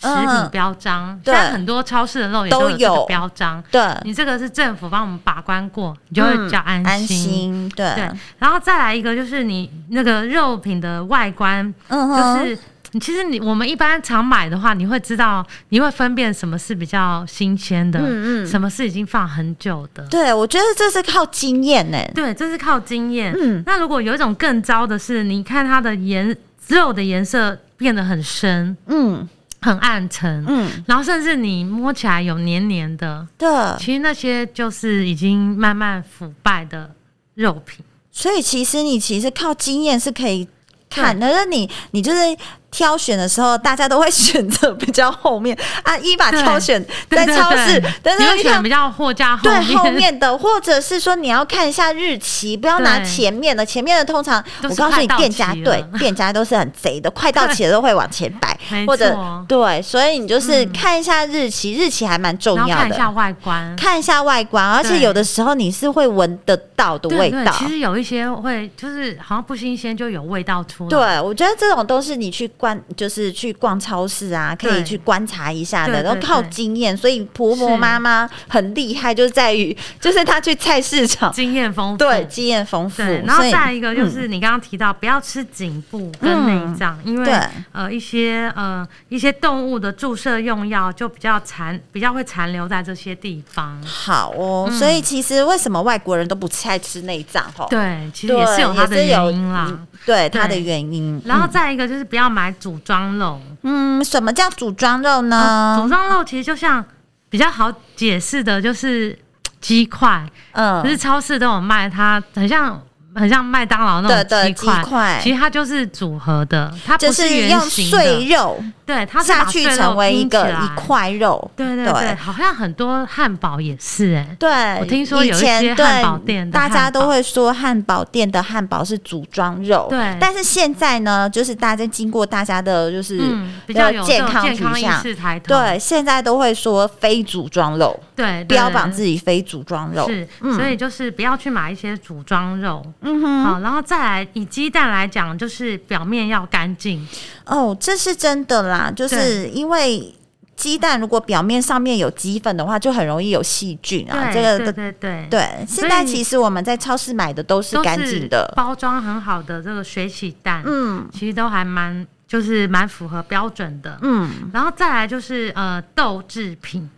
Speaker 3: 食
Speaker 2: 嗯
Speaker 3: 品标章。
Speaker 2: 对
Speaker 3: 现在很多超市的肉也
Speaker 2: 都
Speaker 3: 都有这
Speaker 2: 有
Speaker 3: 个标章。
Speaker 2: 对，
Speaker 3: 你这个是政府帮我们把关过，你就会比较安
Speaker 2: 嗯
Speaker 3: 心。
Speaker 2: 安心，嗯对，
Speaker 3: 对，然后再来一个就是你那个肉品的外观，
Speaker 2: 嗯
Speaker 3: 就
Speaker 2: 哼，
Speaker 3: 是你其实你我们一般常买的话，你会知道，你会分辨什么是比较新鲜的，
Speaker 2: 嗯嗯
Speaker 3: 什么是已经放很久的。
Speaker 2: 对，我觉得这是靠经验呢、
Speaker 3: 对，这是靠经验。
Speaker 2: 嗯
Speaker 3: 那如果有一种更糟的是，你看它的颜肉的颜色变得很深、
Speaker 2: 嗯
Speaker 3: 很暗沉，
Speaker 2: 嗯，
Speaker 3: 然后甚至你摸起来有黏黏的，
Speaker 2: 对，
Speaker 3: 其实那些就是已经慢慢腐败的肉品。
Speaker 2: 所以其实你其实靠经验是可以看的，但是你你就是挑选的时候，大家都会选择比较后面 啊，一把
Speaker 3: 对
Speaker 2: 挑选
Speaker 3: 对
Speaker 2: 在
Speaker 3: 对
Speaker 2: 超市
Speaker 3: 对，
Speaker 2: 但
Speaker 3: 你
Speaker 2: 是
Speaker 3: 会
Speaker 2: 你
Speaker 3: 选
Speaker 2: 看
Speaker 3: 比。较货架后
Speaker 2: 对
Speaker 3: 面，
Speaker 2: 后面的，或者是说你要看一下日期，不要拿
Speaker 3: 对
Speaker 2: 前面的。前面的通常，
Speaker 3: 都
Speaker 2: 我
Speaker 3: 是
Speaker 2: 告诉你，
Speaker 3: 快到
Speaker 2: 店家
Speaker 3: 期
Speaker 2: 对
Speaker 3: 了
Speaker 2: 店家都是很贼的，快到期了都会往前摆，
Speaker 3: 没
Speaker 2: 或者
Speaker 3: 错
Speaker 2: 对，所以你就是
Speaker 3: 嗯
Speaker 2: 看一下日期，日期还蛮重
Speaker 3: 然后
Speaker 2: 要
Speaker 3: 看一
Speaker 2: 的，
Speaker 3: 下外观。
Speaker 2: 看一下外观，而且
Speaker 3: 对
Speaker 2: 有的时候你是会闻得到的味
Speaker 3: 对对，
Speaker 2: 道。
Speaker 3: 其实有一些会就是好像不新鲜就有味道出来。
Speaker 2: 对，我觉得这种都是你去观，就是去逛超市啊，可以
Speaker 3: 对
Speaker 2: 去观察一下的，
Speaker 3: 对
Speaker 2: 都
Speaker 3: 对
Speaker 2: 靠
Speaker 3: 对
Speaker 2: 经验。所以婆婆
Speaker 3: 是
Speaker 2: 妈妈很厉害，就在于 就是她去菜市场，
Speaker 3: 经验丰富。
Speaker 2: 对经验丰富。
Speaker 3: 对，然后
Speaker 2: 所以
Speaker 3: 再一个就
Speaker 2: 嗯
Speaker 3: 是你刚刚提到不要吃颈部跟内脏，因为
Speaker 2: 对
Speaker 3: 呃一些呃一些动物的注射用药就比较残，比较会残留在这些地方。
Speaker 2: 好哦，
Speaker 3: 嗯
Speaker 2: 所以其实为什么外国人都不太吃内脏？吼，
Speaker 3: 对，其实
Speaker 2: 对，
Speaker 3: 也是有它的
Speaker 2: 也是有
Speaker 3: 原因啦
Speaker 2: 嗯。对它的
Speaker 3: 对
Speaker 2: 原因。
Speaker 3: 然后再一个就是不要买组装肉，哦
Speaker 2: 嗯，什么叫组装肉呢？
Speaker 3: 啊组装肉其实就像比较好解释的，就是鸡块，可是
Speaker 2: 嗯，
Speaker 3: 超市都有卖，它很像很像麦当劳那
Speaker 2: 对
Speaker 3: 种
Speaker 2: 对，
Speaker 3: 鸡
Speaker 2: 鸡
Speaker 3: 块。
Speaker 2: 块
Speaker 3: 其实它就是组合的，它
Speaker 2: 就
Speaker 3: 不
Speaker 2: 是
Speaker 3: 圆
Speaker 2: 用
Speaker 3: 形
Speaker 2: 碎
Speaker 3: 的，
Speaker 2: 肉
Speaker 3: 对，它是
Speaker 2: 下
Speaker 3: 把
Speaker 2: 去
Speaker 3: 碎肉
Speaker 2: 成为一
Speaker 3: 拼
Speaker 2: 个
Speaker 3: 起来
Speaker 2: 一。块肉。
Speaker 3: 对对
Speaker 2: 对
Speaker 3: 对，好像很多汉堡也是哎、
Speaker 2: 对，
Speaker 3: 我听说
Speaker 2: 以
Speaker 3: 有一
Speaker 2: 前
Speaker 3: 些
Speaker 2: 对
Speaker 3: 汉堡店的
Speaker 2: 大家
Speaker 3: 汉堡
Speaker 2: 都会说汉堡店的汉堡是组装肉，
Speaker 3: 对
Speaker 2: 但是现在呢，就是大家经过大家的，就是、
Speaker 3: 嗯，比较有这
Speaker 2: 健
Speaker 3: 种
Speaker 2: 康
Speaker 3: 健康
Speaker 2: 取
Speaker 3: 意
Speaker 2: 向
Speaker 3: 识抬头，
Speaker 2: 对，现在都会说非组装肉，
Speaker 3: 对，对
Speaker 2: 标榜自己非组装肉。
Speaker 3: 是，
Speaker 2: 嗯
Speaker 3: 所以就是不要去买一些组装肉，
Speaker 2: 嗯哼，
Speaker 3: 好，然后再来以鸡蛋来讲，就是表面要干净，
Speaker 2: 哦，这是真的啦，就是因为。鸡蛋如果表面上面有鸡粉的话，就很容易有细菌啊。
Speaker 3: 对
Speaker 2: 这个
Speaker 3: 对
Speaker 2: 的
Speaker 3: 对对，
Speaker 2: 对，现在其实我们在超市买的都是
Speaker 3: 都
Speaker 2: 干净的。
Speaker 3: 包装很好的这个水洗蛋，
Speaker 2: 嗯
Speaker 3: 其实都还蛮就是蛮符合标准的。
Speaker 2: 嗯，
Speaker 3: 然后再来就是呃豆制品，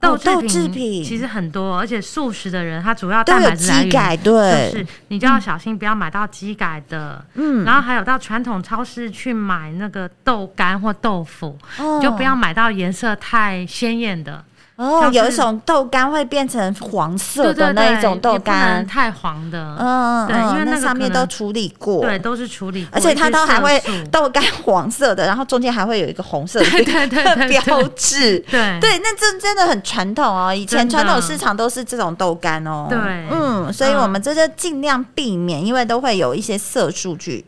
Speaker 3: 豆
Speaker 2: 哦豆制品
Speaker 3: 品其实很多，而且素食的人他主要
Speaker 2: 都
Speaker 3: 蛋
Speaker 2: 有
Speaker 3: 白质来
Speaker 2: 机
Speaker 3: 源
Speaker 2: 改，对，
Speaker 3: 就是你就要小心，不要买到机改的。
Speaker 2: 嗯，
Speaker 3: 然后还有到传统超市去买那个豆干或豆腐，
Speaker 2: 哦
Speaker 3: 就不要买到颜色太鲜艳的，
Speaker 2: 哦，
Speaker 3: 像是
Speaker 2: 有一种豆干会变成黄色
Speaker 3: 对
Speaker 2: 的
Speaker 3: 对
Speaker 2: 那
Speaker 3: 对，
Speaker 2: 一种豆
Speaker 3: 也不
Speaker 2: 干
Speaker 3: 能，太黄的，
Speaker 2: 嗯，
Speaker 3: 对因为
Speaker 2: 嗯，
Speaker 3: 那个
Speaker 2: 上面
Speaker 3: 可
Speaker 2: 都
Speaker 3: 能
Speaker 2: 处理过，
Speaker 3: 对，都是处理过
Speaker 2: 而
Speaker 3: 一些色素，
Speaker 2: 且它都还会 豆干黄色的，然后中间还会有一个红色的
Speaker 3: 对 对对对
Speaker 2: 标志。
Speaker 3: 对
Speaker 2: 对，那这真的很传统哦。以前
Speaker 3: 真
Speaker 2: 传
Speaker 3: 的
Speaker 2: 统市场都是这种豆干哦。
Speaker 3: 对
Speaker 2: 嗯，所以我
Speaker 3: 嗯
Speaker 2: 们这就尽量避免，因为都会有一些色素去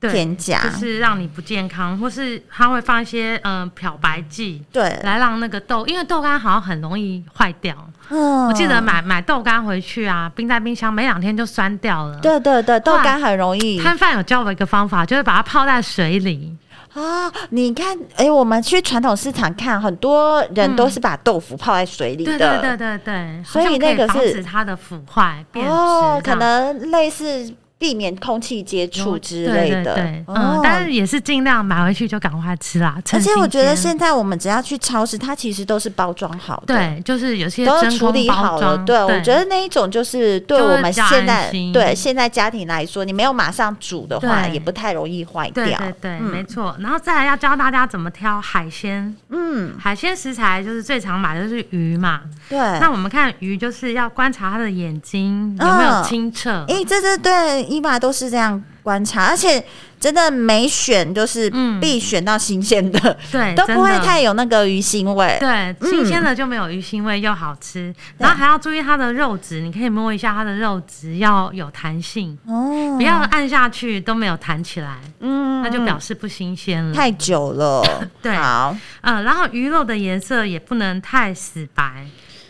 Speaker 3: 对，
Speaker 2: 添加。
Speaker 3: 就是让你不健康，或是它会放一些嗯、呃漂白剂。
Speaker 2: 对，
Speaker 3: 来让那个豆，因为豆干好像很容易坏掉。
Speaker 2: 嗯，
Speaker 3: 我记得。买买豆干回去啊，冰在冰箱没两天就酸掉了。，
Speaker 2: 对对对，豆
Speaker 3: 后来
Speaker 2: 干很容易
Speaker 3: 摊贩有教我一个方法，就是把它泡在水里。
Speaker 2: 啊！你看，哎，我们去传统市场看，很多人都是把豆腐泡在水里的，
Speaker 3: 对对对对对，
Speaker 2: 所以
Speaker 3: 好像
Speaker 2: 那
Speaker 3: 可
Speaker 2: 个
Speaker 3: 以防
Speaker 2: 是
Speaker 3: 止它的腐坏变质这样。
Speaker 2: 哦，可能类似避免空气接触之类的。
Speaker 3: 对对对
Speaker 2: 哦
Speaker 3: 嗯，但是也是尽量买回去就赶快吃啦。
Speaker 2: 而
Speaker 3: 趁
Speaker 2: 且
Speaker 3: 新
Speaker 2: 我觉得
Speaker 3: 鲜
Speaker 2: 现在我们只要去超市，它其实都是包装好的，，
Speaker 3: 对，就是有些
Speaker 2: 都
Speaker 3: 真
Speaker 2: 处
Speaker 3: 空
Speaker 2: 理好了。
Speaker 3: 包装，
Speaker 2: 对，我觉得那一种就是对
Speaker 3: 就会
Speaker 2: 我们
Speaker 3: 比较
Speaker 2: 现在
Speaker 3: 安心
Speaker 2: 对现在家庭来说，你没有马上煮的话，
Speaker 3: 对
Speaker 2: 也不太容易坏掉。
Speaker 3: 对对对，没
Speaker 2: 嗯
Speaker 3: 错。然后再来要教大家怎么挑海鲜，
Speaker 2: 嗯，
Speaker 3: 海鲜食材就是最常买的就是鱼嘛。
Speaker 2: 对。
Speaker 3: 那我们看鱼就是要观察它的眼睛有没有
Speaker 2: 嗯
Speaker 3: 清澈，
Speaker 2: 诶，这这对伊娃都是这样观察，而且真的没选就是
Speaker 3: 嗯
Speaker 2: 必选到新鲜的，
Speaker 3: 对，
Speaker 2: 都不会
Speaker 3: 真的
Speaker 2: 太有那个鱼腥味。
Speaker 3: 对，
Speaker 2: 嗯
Speaker 3: 新鲜的就没有鱼腥味，又好吃。然后还要注意它的肉质，你可以摸一下它的肉质要有弹性，
Speaker 2: 哦，
Speaker 3: 不要按下去都没有弹起来，
Speaker 2: 嗯
Speaker 3: 那就表示不新鲜了。
Speaker 2: 太久了。
Speaker 3: 对
Speaker 2: 好，
Speaker 3: 嗯，然后鱼肉的颜色也不能太死白，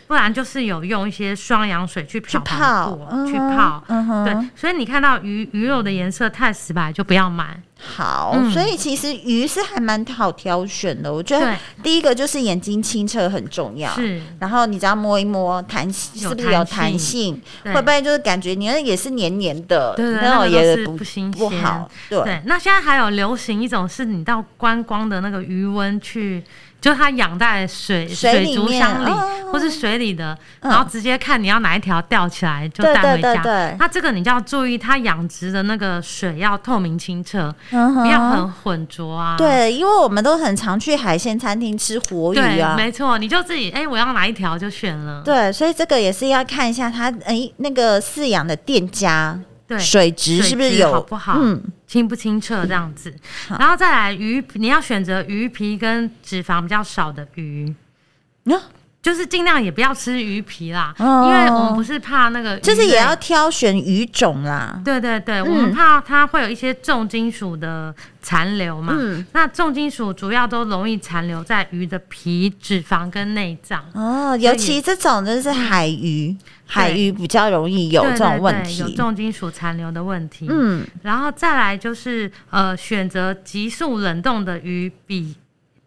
Speaker 3: 不然就是有用一些双氧水去
Speaker 2: 去
Speaker 3: 漂白
Speaker 2: 泡
Speaker 3: 过，，
Speaker 2: 嗯
Speaker 3: 去
Speaker 2: 哼
Speaker 3: 泡。
Speaker 2: 嗯哼，
Speaker 3: 对，所以你看到鱼鱼肉的颜色太死白就不要买。
Speaker 2: 好，
Speaker 3: 嗯
Speaker 2: 所以其实鱼是还蛮好挑选的。我觉得
Speaker 3: 对
Speaker 2: 第一个就是眼睛清澈很重要，
Speaker 3: 是，
Speaker 2: 然后你只要摸一摸，弹性
Speaker 3: 有
Speaker 2: 是不是有弹
Speaker 3: 弹
Speaker 2: 性？
Speaker 3: 对
Speaker 2: 会不会就是感觉你那也是黏黏的，
Speaker 3: 对对
Speaker 2: 那种
Speaker 3: 那个都
Speaker 2: 也
Speaker 3: 是
Speaker 2: 不
Speaker 3: 不新
Speaker 2: 不
Speaker 3: 鲜
Speaker 2: 好。对，
Speaker 3: 对，那现在还有流行一种是你到观光的那个渔温去，就它养在水
Speaker 2: 水里
Speaker 3: 竹
Speaker 2: 面
Speaker 3: 箱里、
Speaker 2: 哦
Speaker 3: 或是水里的，
Speaker 2: 嗯
Speaker 3: 然后直接看你要哪一条钓起来就
Speaker 2: 对
Speaker 3: 带
Speaker 2: 对
Speaker 3: 回
Speaker 2: 对
Speaker 3: 家。
Speaker 2: 对
Speaker 3: 那这个你就要注意，它养殖的那个水要透明清澈，
Speaker 2: 嗯
Speaker 3: 不要
Speaker 2: 哼
Speaker 3: 很混浊啊。。
Speaker 2: 对，因为我们都很常去海鲜餐厅吃活鱼
Speaker 3: 对，
Speaker 2: 啊。
Speaker 3: 没错，你就自己哎、我要哪一条就选了。
Speaker 2: 对，所以这个也是要看一下它，哎，那个饲养的店家
Speaker 3: 对，
Speaker 2: 水质是不是
Speaker 3: 水质
Speaker 2: 有
Speaker 3: 好不好
Speaker 2: 嗯，
Speaker 3: 清不清澈这样子。然后再来鱼，你要选择鱼皮跟脂肪比较少的鱼，
Speaker 2: 啊
Speaker 3: 就是尽量也不要吃鱼皮啦，
Speaker 2: 哦
Speaker 3: 因为我们不是怕那个鱼类，
Speaker 2: 就是也要嗯挑选鱼种啦。
Speaker 3: 对对对，我们怕它会有一些重金属的残留嘛。
Speaker 2: 嗯
Speaker 3: 那重金属主要都容易残留在鱼的皮、脂肪跟内脏。
Speaker 2: 哦，
Speaker 3: 所
Speaker 2: 尤
Speaker 3: 以嗯
Speaker 2: 其这种就是海鱼，海鱼比较容易有
Speaker 3: 对
Speaker 2: 这种
Speaker 3: 对
Speaker 2: 问
Speaker 3: 对
Speaker 2: 题。
Speaker 3: 有重金属残留的问题。
Speaker 2: 嗯，
Speaker 3: 然后再来就是呃，选择急速冷冻的鱼比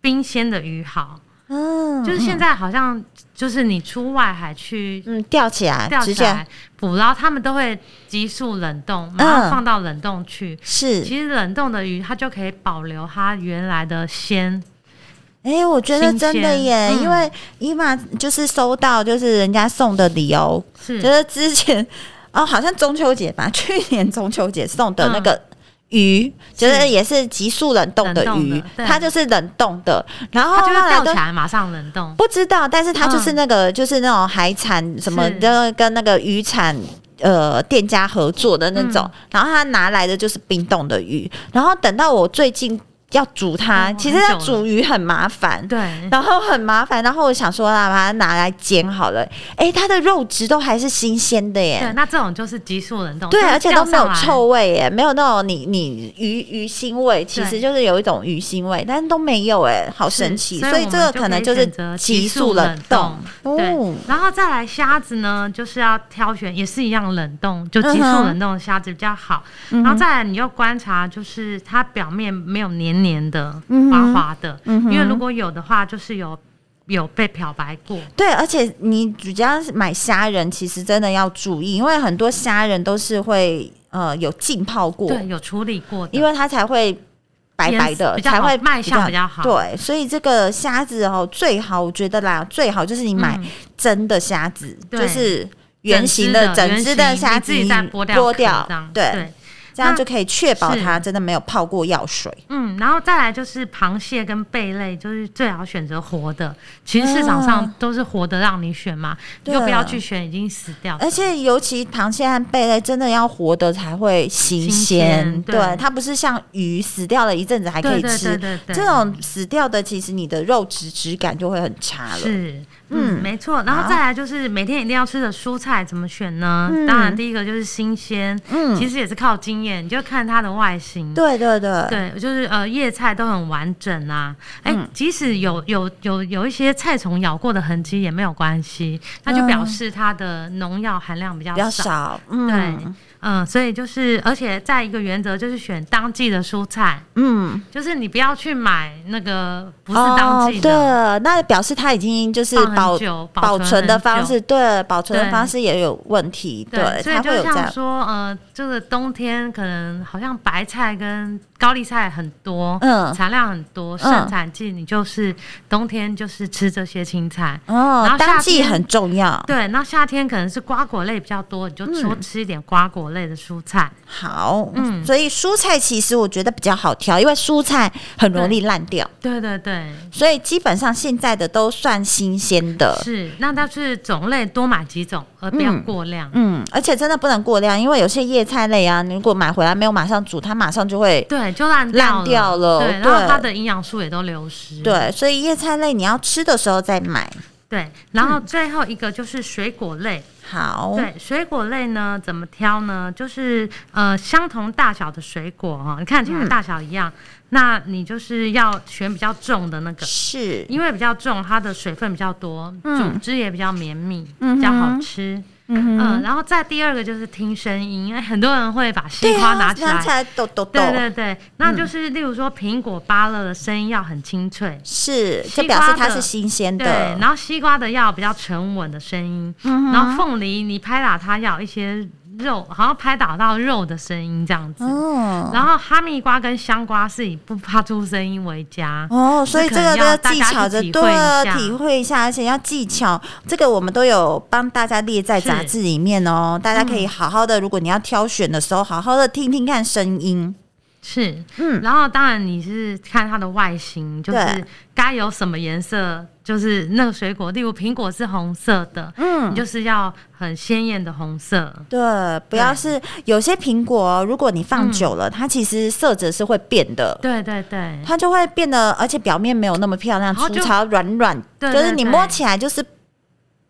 Speaker 3: 冰鲜的鱼好。
Speaker 2: 嗯，
Speaker 3: 就是现在好像就是你出外海去
Speaker 2: 嗯吊起来，
Speaker 3: 钓
Speaker 2: 直
Speaker 3: 起
Speaker 2: 接
Speaker 3: 来捕捞，他们都会急速冷冻，然后放到冷冻去。
Speaker 2: 嗯是。
Speaker 3: 其实冷冻的鱼，它就可以保留它原来的鲜。
Speaker 2: 哎、我觉得
Speaker 3: 新
Speaker 2: 真的
Speaker 3: 鲜
Speaker 2: 耶，因
Speaker 3: 嗯
Speaker 2: 为伊玛就是收到就是人家送的礼哦，
Speaker 3: 是
Speaker 2: 就是之前哦，好像中秋节吧， 去年中秋节送的那
Speaker 3: 嗯
Speaker 2: 个鱼，就是
Speaker 3: 是
Speaker 2: 也是急速冷冻的
Speaker 3: 冷冻的
Speaker 2: 鱼，
Speaker 3: 对
Speaker 2: 它就是冷冻的，然后
Speaker 3: 它
Speaker 2: 后
Speaker 3: 就是
Speaker 2: 来
Speaker 3: 钓
Speaker 2: 都
Speaker 3: 起来马上冷冻。
Speaker 2: 不知道，但是它就是那个、就是那种海产什么
Speaker 3: 是
Speaker 2: 的，跟那个渔产。呃，店家合作的那种，
Speaker 3: 嗯
Speaker 2: 然后他拿来的就是冰冻的鱼，然后等到我最近要煮它，
Speaker 3: 哦
Speaker 2: 其实要
Speaker 3: 很久了
Speaker 2: 煮鱼很麻烦，
Speaker 3: 对，
Speaker 2: 然后很麻烦，然后我想说啊，把它拿来煎好了，诶，它的肉质都还是新鲜的
Speaker 3: 对，
Speaker 2: 耶，
Speaker 3: 那这种就是急速冷冻，
Speaker 2: 对，
Speaker 3: 就是
Speaker 2: 而且都没有
Speaker 3: 钓上来
Speaker 2: 臭。味耶，没有那种你你鱼鱼腥味，其实
Speaker 3: 对
Speaker 2: 就是有一种鱼腥味，但是都没有哎，好神奇，
Speaker 3: 是
Speaker 2: 所以
Speaker 3: 我
Speaker 2: 这
Speaker 3: 们
Speaker 2: 个可能
Speaker 3: 就
Speaker 2: 就
Speaker 3: 可以
Speaker 2: 是
Speaker 3: 选择
Speaker 2: 急
Speaker 3: 急
Speaker 2: 速
Speaker 3: 速
Speaker 2: 冷
Speaker 3: 冷
Speaker 2: 冻
Speaker 3: 冻，
Speaker 2: 哦
Speaker 3: 对，然后再来虾子呢，就是要挑选，也是一样冷冻，就急速
Speaker 2: 嗯哼
Speaker 3: 冷冻的虾子比较好。
Speaker 2: 嗯哼
Speaker 3: 然后再来，你就观察，就是它表面没有黏黏的、
Speaker 2: 嗯哼
Speaker 3: 滑滑的，
Speaker 2: 嗯哼
Speaker 3: 因为如果有的话，就是有有被漂白过。
Speaker 2: 对，而且你只要是买虾仁，其实真的要注意，因为很多虾仁都是会呃有浸泡过，
Speaker 3: 对，有处理过的，
Speaker 2: 因为它才会白白的，
Speaker 3: 比较
Speaker 2: 才
Speaker 3: 好
Speaker 2: 会
Speaker 3: 卖相比较好
Speaker 2: 对，所以这个虾子哦，最好我觉得啦，最好就是你买
Speaker 3: 嗯
Speaker 2: 真的虾子，
Speaker 3: 对
Speaker 2: 就是圆形的整只的虾子，
Speaker 3: 你自己再剥掉
Speaker 2: 剥
Speaker 3: 壳
Speaker 2: 掉
Speaker 3: 这样，
Speaker 2: 对，
Speaker 3: 对，
Speaker 2: 这样
Speaker 3: 那
Speaker 2: 就可以确保
Speaker 3: 是
Speaker 2: 它真的没有泡过药水。
Speaker 3: 嗯，然后再来就是螃蟹跟贝类，就是最好选择活的。其实市场上
Speaker 2: 啊
Speaker 3: 都是活的让你选嘛，你
Speaker 2: 对
Speaker 3: 就不要去选已经死掉的。
Speaker 2: 而且尤其螃蟹和贝类真的要活的才会新
Speaker 3: 新
Speaker 2: 鲜，
Speaker 3: 鲜
Speaker 2: 对
Speaker 3: 对
Speaker 2: 它不是像鱼死掉了一阵子还可以
Speaker 3: 对对
Speaker 2: 吃，
Speaker 3: 对对对
Speaker 2: 这种死掉的其实你的肉质质感就会很差了。
Speaker 3: 是，嗯，
Speaker 2: 嗯
Speaker 3: 没错。然后
Speaker 2: 好
Speaker 3: 再来就是每天一定要吃的蔬菜怎么选呢？
Speaker 2: 嗯
Speaker 3: 当然，第一个就是新鲜，
Speaker 2: 嗯
Speaker 3: 其实也是靠经验，你就看它的外形。
Speaker 2: 对对对，
Speaker 3: 对，就是呃，叶菜都很完整啊。哎、
Speaker 2: 嗯
Speaker 3: 即使有有有有一些菜虫咬过的痕迹也没有关系，那就表示它的农药含量比较
Speaker 2: 嗯比较
Speaker 3: 少。
Speaker 2: 少，嗯
Speaker 3: 嗯，所以就是，而且再一个原则就是选当季的蔬菜，
Speaker 2: 嗯，
Speaker 3: 就是你不要去买那个不
Speaker 2: 不
Speaker 3: 是当季的，
Speaker 2: 哦，对，那表示它已经就是
Speaker 3: 放很
Speaker 2: 保
Speaker 3: 久
Speaker 2: 保存的方。
Speaker 3: 很
Speaker 2: 式，
Speaker 3: 久
Speaker 2: 对，保存的
Speaker 3: 对
Speaker 2: 方式也有问题，
Speaker 3: 对，所以
Speaker 2: 它会
Speaker 3: 就
Speaker 2: 有这
Speaker 3: 像
Speaker 2: 样，
Speaker 3: 说，呃，这个冬天可能好像白菜跟高丽菜很多，
Speaker 2: 嗯
Speaker 3: 产量很多，盛产季你就是冬天就是吃这些青菜，然
Speaker 2: 哦
Speaker 3: 后，
Speaker 2: 当
Speaker 3: 夏
Speaker 2: 季
Speaker 3: 天
Speaker 2: 很重要，
Speaker 3: 对，那夏天可能是瓜果类比较多，你就
Speaker 2: 嗯
Speaker 3: 多吃一点瓜果类的蔬菜。
Speaker 2: 好，
Speaker 3: 嗯
Speaker 2: 所以蔬菜其实我觉得比较好挑，因为蔬菜很容易烂掉，
Speaker 3: 对对对，
Speaker 2: 所以基本上现在的都算新鲜的。
Speaker 3: 是。那它是种类多买几种，而不要
Speaker 2: 嗯
Speaker 3: 过量。
Speaker 2: 嗯，而且真的不能过量，因为有些叶菜类啊，你如果买回来没有马上煮，它马上就会
Speaker 3: 对，就烂
Speaker 2: 烂掉了
Speaker 3: 对，然后
Speaker 2: 对
Speaker 3: 它的营养素也都流失。
Speaker 2: 对，所以叶菜类你要吃的时候再买。
Speaker 3: 对，然后最后一个就是水果类。
Speaker 2: 好，
Speaker 3: 对，水果类呢怎么挑呢？就是呃相同大小的水果哈，你看起来
Speaker 2: 嗯嗯
Speaker 3: 大小一样，那你就是要选比较重的那个，
Speaker 2: 是，
Speaker 3: 因为比较重，它的水分比较多，
Speaker 2: 嗯
Speaker 3: 组织也比较绵密，
Speaker 2: 嗯哼
Speaker 3: 比较好吃。
Speaker 2: 嗯哼
Speaker 3: 嗯、然后再第二个就是听声音，因为很多人会把西
Speaker 2: 对
Speaker 3: 瓜
Speaker 2: 啊，
Speaker 3: 拿起来。
Speaker 2: 起来抖抖抖，
Speaker 3: 对对对，
Speaker 2: 嗯
Speaker 3: 那就是例如说苹果、芭乐的声音要很清脆，
Speaker 2: 是，就
Speaker 3: 西
Speaker 2: 表示
Speaker 3: 瓜
Speaker 2: 它
Speaker 3: 的
Speaker 2: 是新鲜
Speaker 3: 对，
Speaker 2: 的。嗯
Speaker 3: 然后西瓜的要比较沉稳的声音，然后凤梨你拍打它要一些肉，好像拍打到肉的声音这样子。
Speaker 2: 哦
Speaker 3: 然后哈密瓜跟香瓜是以不发出声音为佳。
Speaker 2: 哦，所以
Speaker 3: 可
Speaker 2: 这
Speaker 3: 能
Speaker 2: 个
Speaker 3: 要
Speaker 2: 要
Speaker 3: 大
Speaker 2: 技
Speaker 3: 家去
Speaker 2: 巧的，
Speaker 3: 体
Speaker 2: 对
Speaker 3: 会一
Speaker 2: 啊，
Speaker 3: 下
Speaker 2: 体会一下，而且要技巧，这个我们都有帮大家列在杂
Speaker 3: 是
Speaker 2: 志里面哦。大家可
Speaker 3: 嗯
Speaker 2: 以好好的，如果你要挑选的时候，好好的听听看声音。
Speaker 3: 是，
Speaker 2: 嗯，
Speaker 3: 然后当然你是看它的外形，就是
Speaker 2: 对
Speaker 3: 该有什么颜色，就是那个水果，例如苹果是红色的，
Speaker 2: 嗯
Speaker 3: 你就是要很鲜艳的红色。
Speaker 2: 对，不要
Speaker 3: 对
Speaker 2: 是有些苹果哦，如果你放
Speaker 3: 嗯
Speaker 2: 久了，它其实色泽是会变的。
Speaker 3: 对对对，
Speaker 2: 它就会变得，而且表面没有那么漂亮，
Speaker 3: 嗯然后
Speaker 2: 粗
Speaker 3: 就
Speaker 2: 糙软软，
Speaker 3: 对
Speaker 2: 就是
Speaker 3: 对
Speaker 2: 你
Speaker 3: 对
Speaker 2: 摸起来就是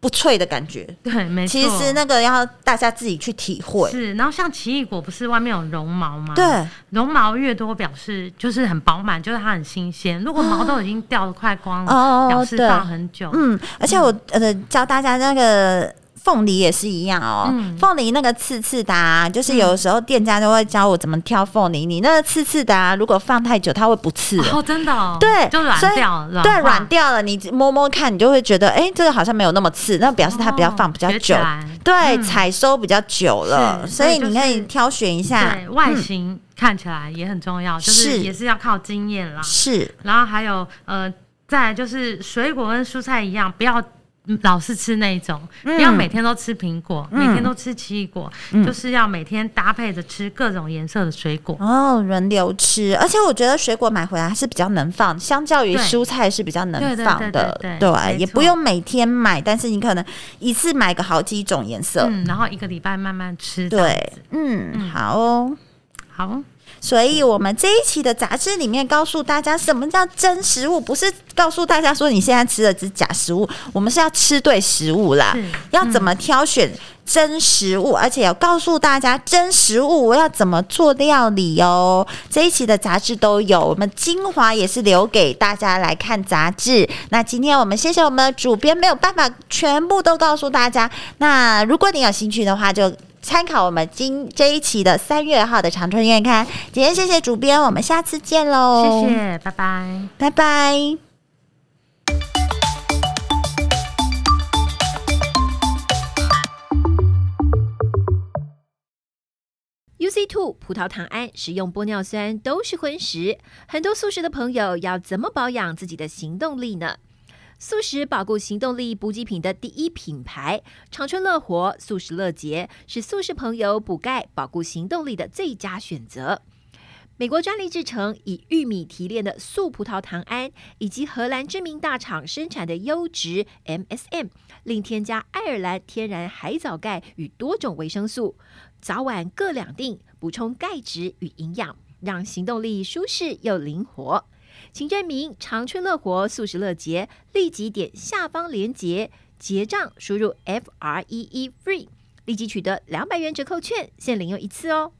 Speaker 2: 不脆的感觉。
Speaker 3: 对，没错。
Speaker 2: 其实那个要大家自己去体会。
Speaker 3: 是，啊然后像奇异果不是外面有绒毛吗？
Speaker 2: 对，
Speaker 3: 绒毛越多，表示就是很饱满，就是它很新鲜。如果毛都已经掉的快光了，
Speaker 2: 哦
Speaker 3: 表示
Speaker 2: 对
Speaker 3: 放很久。
Speaker 2: 嗯，而且我呃教大家那个。凤梨也是一样哦，
Speaker 3: 嗯
Speaker 2: 凤梨那个刺刺的、啊，就是有时候店家都会教我怎么挑凤梨。你那个刺刺的、啊，如果放太久，它会不刺了。
Speaker 3: 哦，真的、
Speaker 2: 嗯
Speaker 3: 哦，
Speaker 2: 对
Speaker 3: 就软
Speaker 2: 所以
Speaker 3: 掉了，
Speaker 2: 对，
Speaker 3: 化
Speaker 2: 软掉了，你摸摸看，你就会觉得，哎、这个好像没有那么刺，那表示它比较
Speaker 3: 哦
Speaker 2: 放比较
Speaker 3: 学起
Speaker 2: 久，
Speaker 3: 来
Speaker 2: 对，
Speaker 3: 嗯
Speaker 2: 采收比较久了，
Speaker 3: 是
Speaker 2: 所以你
Speaker 3: 所
Speaker 2: 可
Speaker 3: 以就
Speaker 2: 以
Speaker 3: 是
Speaker 2: 挑选一下，
Speaker 3: 对外
Speaker 2: 嗯
Speaker 3: 形看起来也很重要，就是是也是要靠经验啦。
Speaker 2: 是
Speaker 3: 然后还有呃，再来就是水果跟蔬菜一样，不要。嗯老是吃那一种，不要
Speaker 2: 嗯
Speaker 3: 每天都吃苹果，每天都吃奇异果，就是要每天搭配着吃各种颜色的水果。
Speaker 2: 哦，轮流吃，而且我觉得水果买回来还是比较能放，相较于
Speaker 3: 对
Speaker 2: 蔬菜是比较能
Speaker 3: 对对
Speaker 2: 放
Speaker 3: 对
Speaker 2: 的，
Speaker 3: 对对没
Speaker 2: 也
Speaker 3: 错
Speaker 2: 不用每天买，但是你可能一次买个好几种颜色，
Speaker 3: 嗯，然后一个礼拜慢慢吃。这样
Speaker 2: 对
Speaker 3: 子，
Speaker 2: 嗯，
Speaker 3: 嗯
Speaker 2: 好哦。
Speaker 3: 好，
Speaker 2: 所以，我们这一期的杂志里面告诉大家什么叫真食物，不是告诉大家说你现在吃的只是假食物，我们是要吃对食物啦
Speaker 3: 是，
Speaker 2: 要怎
Speaker 3: 嗯
Speaker 2: 么挑选真食物，而且要告诉大家真食物我要怎么做料理哦。这一期的杂志都有，我们精华也是留给大家来看杂志。那今天我们谢谢我们的主编，没有办法全部都告诉大家。那如果你有兴趣的话，就参考我们今这一期的三月号的长春院刊。今天谢谢主编，我们下次见喽，
Speaker 3: 谢，谢，拜拜。
Speaker 2: 拜拜。
Speaker 1: UC 兔、葡萄糖胺、食用玻尿酸都是荤食。很多素食的朋友要怎么保养自己的行动力呢？素食保护行动力补给品的第一品牌长春乐活素食乐捷是素食朋友补钙保护行动力的最佳选择。美国专利制成，以玉米提炼的素葡萄糖胺，以及荷兰知名大厂生产的优质 MSM，另添加爱尔兰天然海藻钙与多种维生素，早晚各两锭，补充钙质与营养，让行动力舒适又灵活。请证明长春乐活素食乐捷，立即点下方链接结账，输入 F R E E FREE，立即取得两百元折扣券，限领用一次哦。